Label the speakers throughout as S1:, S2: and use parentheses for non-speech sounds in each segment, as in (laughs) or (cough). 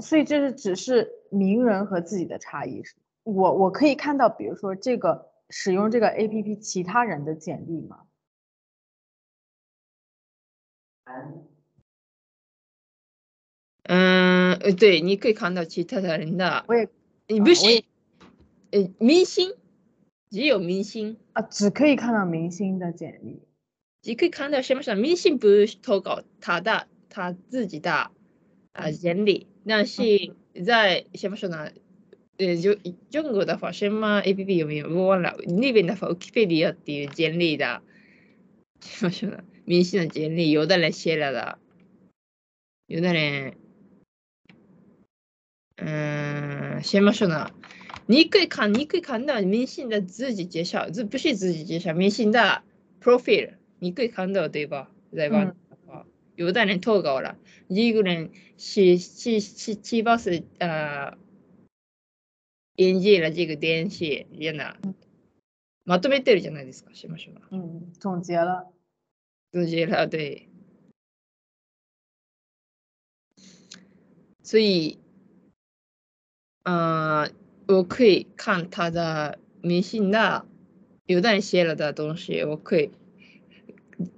S1: 所以这是只是名人和自己的差异。是吗我我可以看到，比如说这个使用这个 A P P 其他人的简历吗？
S2: 嗯，呃对，你可以看到其他的人的，
S1: 我也
S2: 你
S1: 啊
S2: 不
S1: 我
S2: 是，呃，明星，只有明星，
S1: 啊，只可以看到明星的简历。
S2: 你可以看到什么什么明星不是投稿他的他自己的啊、呃、简历，但是在什么时候呢？呃，就中国的话什么 A P P 有没有？我忘了。那边的话，Wikipedia っていう简历的，什么说呢？明星的简历，有的人写了的，有的人，嗯，什么说呢？你可以看，你可以看到明星的自己介绍，这不是自己介绍，明星的 profile，你可以看到对吧？在网
S1: 嗯
S2: 上有的人投稿了，一个人是是是是巴士呃，演じ了这个电视，演的，まとめてるじゃないですか、しましょう。
S1: 嗯，总结了，
S2: 总结了，对。所以，呃，我可以看他的明星的，有的人写了的东西，我可以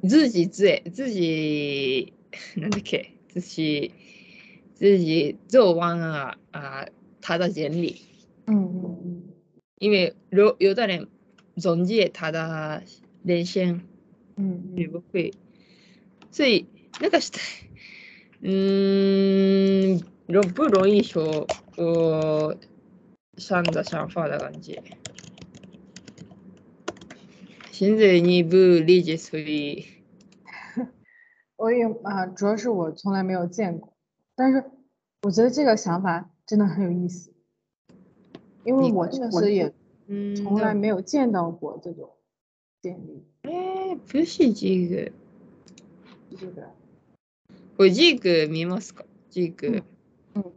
S2: 自己自自己 (laughs) なんだっけ自己自己做完了啊、他的简历，
S1: 嗯嗯嗯
S2: 因为有有的人总结他的人生。
S1: 嗯
S2: 也
S1: 嗯，
S2: 不会。所以なんかしたい。うーん、ロブロイショーをシャンダシャンファーな感じ。现在你不理解，所以
S1: 我也啊，主要是我从来没有见过，但是我觉得这个想法真的很有意思，因为
S2: 你
S1: 我
S2: 真
S1: 确
S2: 的
S1: 实
S2: 是
S1: 也
S2: 嗯，
S1: 从来没有见到过这种简历，
S2: 那不是这个，
S1: 对不对？
S2: 我这个見ますか？这个
S1: 嗯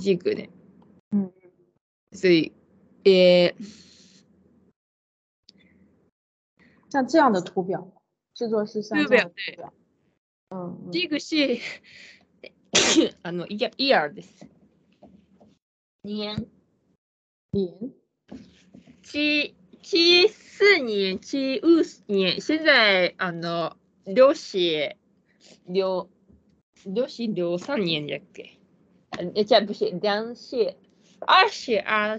S2: 这个ね。
S1: 嗯
S2: 所以，えー、
S1: 像这样的图表，制作是像
S2: 对
S1: 这
S2: 不
S1: 样
S2: 了
S1: 的图表，嗯嗯
S2: 这个是 (coughs) あのイヤイヤーです。年。
S1: 年
S2: 七七四年、七五年，现在あの漁師漁漁師漁三年だっけ？えじゃあ不是两世二十二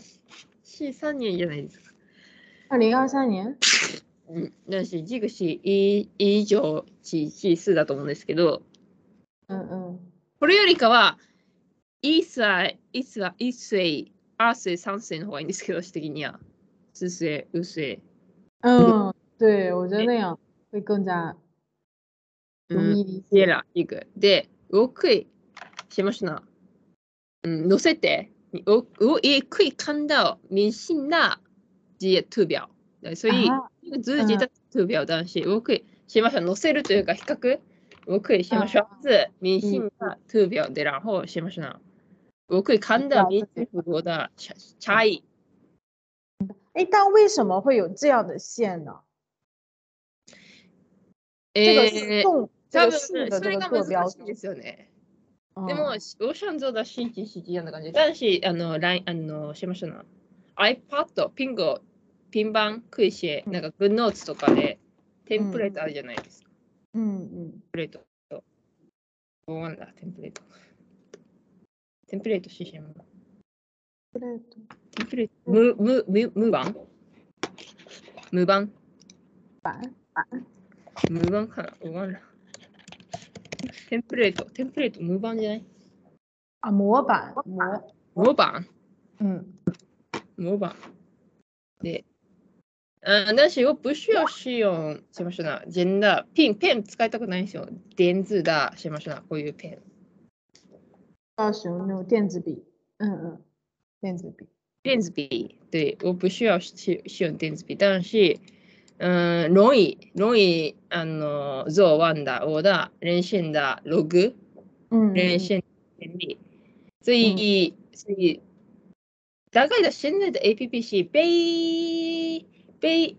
S2: 十三年じゃないですか？
S1: 二零二三年，
S2: うん、だしジグシ以以上七七四だと思うんですけど、
S1: 嗯嗯
S2: これよりかは一歳一歳一歳二歳三歳の方がいいんですけど私的には四歳五歳。
S1: 嗯，对，我觉得那样会更加
S2: う
S1: 容
S2: ん
S1: 易理
S2: シ
S1: 解。
S2: エラ、リグ。で、ウォークイ、しましたな。うん、乗せて、ウォークイ、カンダオ、ミンシンナ、ジエ、トゥビャオ。そうい
S1: あー
S2: う、ズージだ、トゥビャオ男子、ウォークイ、しました。乗せるというか、比較、ウォークイ、しましょう。ず、ミンシンナ、トゥビャオ、デランホー、しましたな。ウォークイ、カンダオ、ミンシンナ、フォーダ、チャイ。
S1: 哎，但为什么会有这样的线呢？这个
S2: えー、
S1: 数这个数的
S2: 多分それ
S1: 这个
S2: が
S1: 坐标
S2: 難し
S1: 是
S2: いですよね。
S1: 吗，
S2: でも、オ
S1: 嗯
S2: ーシャンゾーだし、GCG やな感じ。ただし、あの、ライン、あの、しましたな。iPad、ピンゴ、ピンバン、クイシ
S1: う
S2: ェ、
S1: ん
S2: なんか、グッノーツとかで、テンプレートあるじゃないですか。
S1: 嗯嗯，
S2: ごめんだ、テンプレート。テンプレートシシェム。
S1: 不对的，
S2: テンプレート。ム、ム、ム、ムバンムバン。ムバンかなムバンだ。テンプレート、テンプレート、ムバンじゃない
S1: 啊，模板模，
S2: ムバン
S1: 嗯
S2: 模板。で、あだし、我不需要使用しましょうな。ジェンダー、ピン、ペン使いたくないんですよ。電図だ、しましょうな。こういうペン。
S1: 要使用那种电子笔，嗯嗯，电子笔，
S2: 電子笔。对、我不需要使使用電子笔。但是、うん、ロイ、ロイ、あの、ゾウ、ワンダ、オーダ、レンシェンダ、ログ、
S1: 嗯，
S2: レンシェンダ、ンリ。所以、所以、大概だ、現在的 APPC、ペイ、ペイ、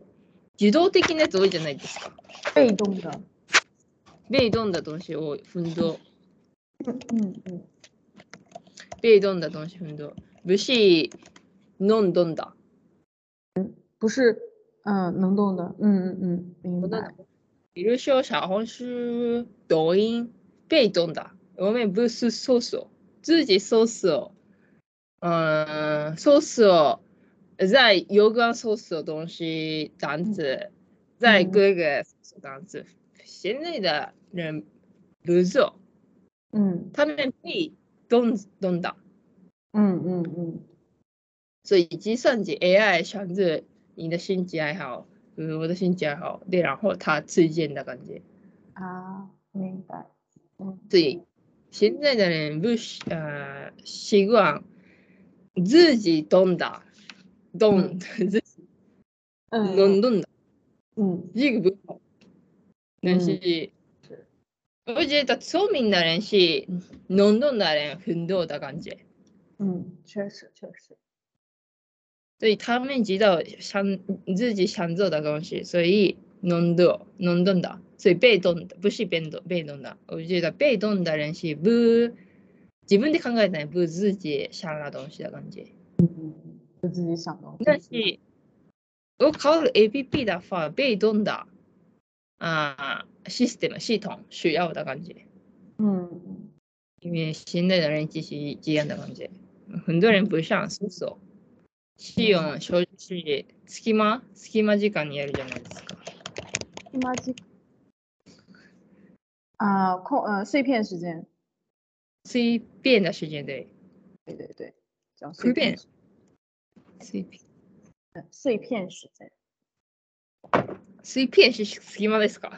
S2: 自動的なやつ多いじゃないですか。
S1: 被动的，
S2: 被动的东西我分多，
S1: 嗯嗯，
S2: 被动的东西很多，不是能动的。
S1: 不是，嗯、能动的，嗯嗯嗯，明白。
S2: 比如说小红书、抖音，被动的，我们不是搜索，自己搜索，嗯，搜索，在有关搜索东西单词，在
S1: 嗯
S2: 各个搜索单词，现在的人不做，
S1: 嗯
S2: 他们被动动的，
S1: 嗯嗯嗯，
S2: 所以计算机 AI 想着你的兴趣爱好，嗯，我的兴趣爱好，对，然后它推荐的感觉。
S1: 啊，明白。嗯
S2: 对，现在的人不习呃习惯自己动的，动自己能
S1: 嗯
S2: 动的，
S1: 嗯
S2: 这个不好。但是，我觉得聪明的人是能动的人很多的感觉，
S1: 嗯，确实确实。
S2: 所以他们知道想自己想做的东西，所以能动能动的，所以被动的不是被动被动的。我觉得被动的人是不自分で考えない不自己想的东西的感觉。
S1: 就自己想东西。
S2: 但是我考虑 A P P 的话，被动的啊、系 system 系统需要的感觉，
S1: 嗯嗯
S2: 因为现在的人其实这样的感觉，很多人不上搜索，是用手机隙間隙間時間にやるじゃないですか。
S1: 隙間時嗯啊，空呃碎片时间，
S2: 随便的时间对，
S1: 对对对，叫碎
S2: 随便
S1: 时
S2: 随便
S1: 间碎片时间。
S2: 随便是隙間ですか？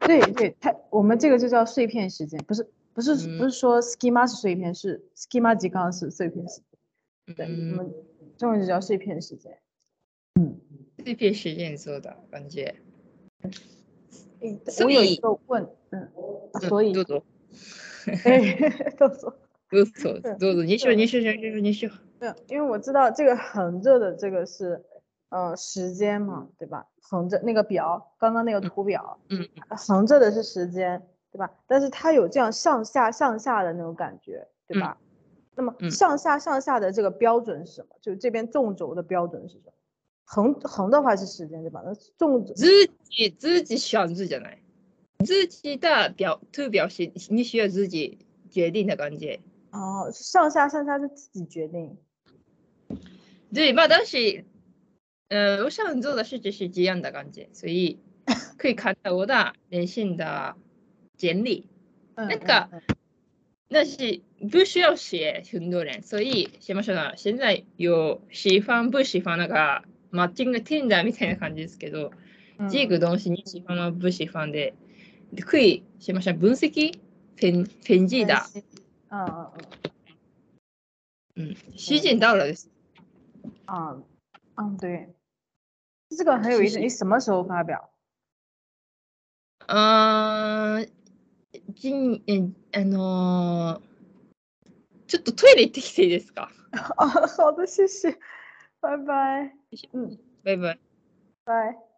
S1: 对对，它我们这个就叫碎片时间，不是不是不是
S2: 嗯
S1: 说 schema 是碎片，是 schema 级刚是碎片时间。对，我
S2: 嗯
S1: 们，中文就叫碎片时间。
S2: 随便时间做的感觉。
S1: 诶
S2: 所
S1: 我有
S2: 以
S1: 一个问，嗯，所以
S2: (laughs) 嗯どうぞ
S1: 哎，都说
S2: どうぞ
S1: 对
S2: どうぞ。你说你说你说你说。
S1: 对，因为我知道这个横着的这个是，呃，时间嘛，对吧？横着那个表，刚刚那个图表，呃
S2: 嗯
S1: 横着的是时间，对吧？但是它有这样上下上下的那种感觉，对
S2: 嗯
S1: 吧？那么
S2: 嗯
S1: 上下上下的这个标准是什么？就这边纵轴的标准是什么？横横的话是时间，对吧？那纵轴
S2: 自己自己想自己来，自己的表图表示你需要自己决定的感觉。
S1: 哦，上下上下是自己决定。
S2: 对，まあだし、嗯，我想做的事情是这样的感觉，所以可以看到我的人性的简历。
S1: 嗯，
S2: 那
S1: 嗯
S2: 个
S1: 嗯
S2: 但是不需要写很多人，所以什么说呢？现在有喜欢不喜欢那个マッチング Tinder みたいな感じですけど、
S1: 嗯
S2: 这个东西你喜欢吗？不喜欢的，可以什么说分析分分析的。
S1: 分析嗯嗯嗯。
S2: 嗯，吸引到了，
S1: 啊，嗯，对，这个很有
S2: 其
S1: 意思。
S2: 实
S1: 你什么时候发表？ (laughs)
S2: 嗯、今えあのーちょっとトイレ行ってきていいですか？
S1: 哦，好的，谢谢，拜拜，
S2: バイバイ。
S1: 拜。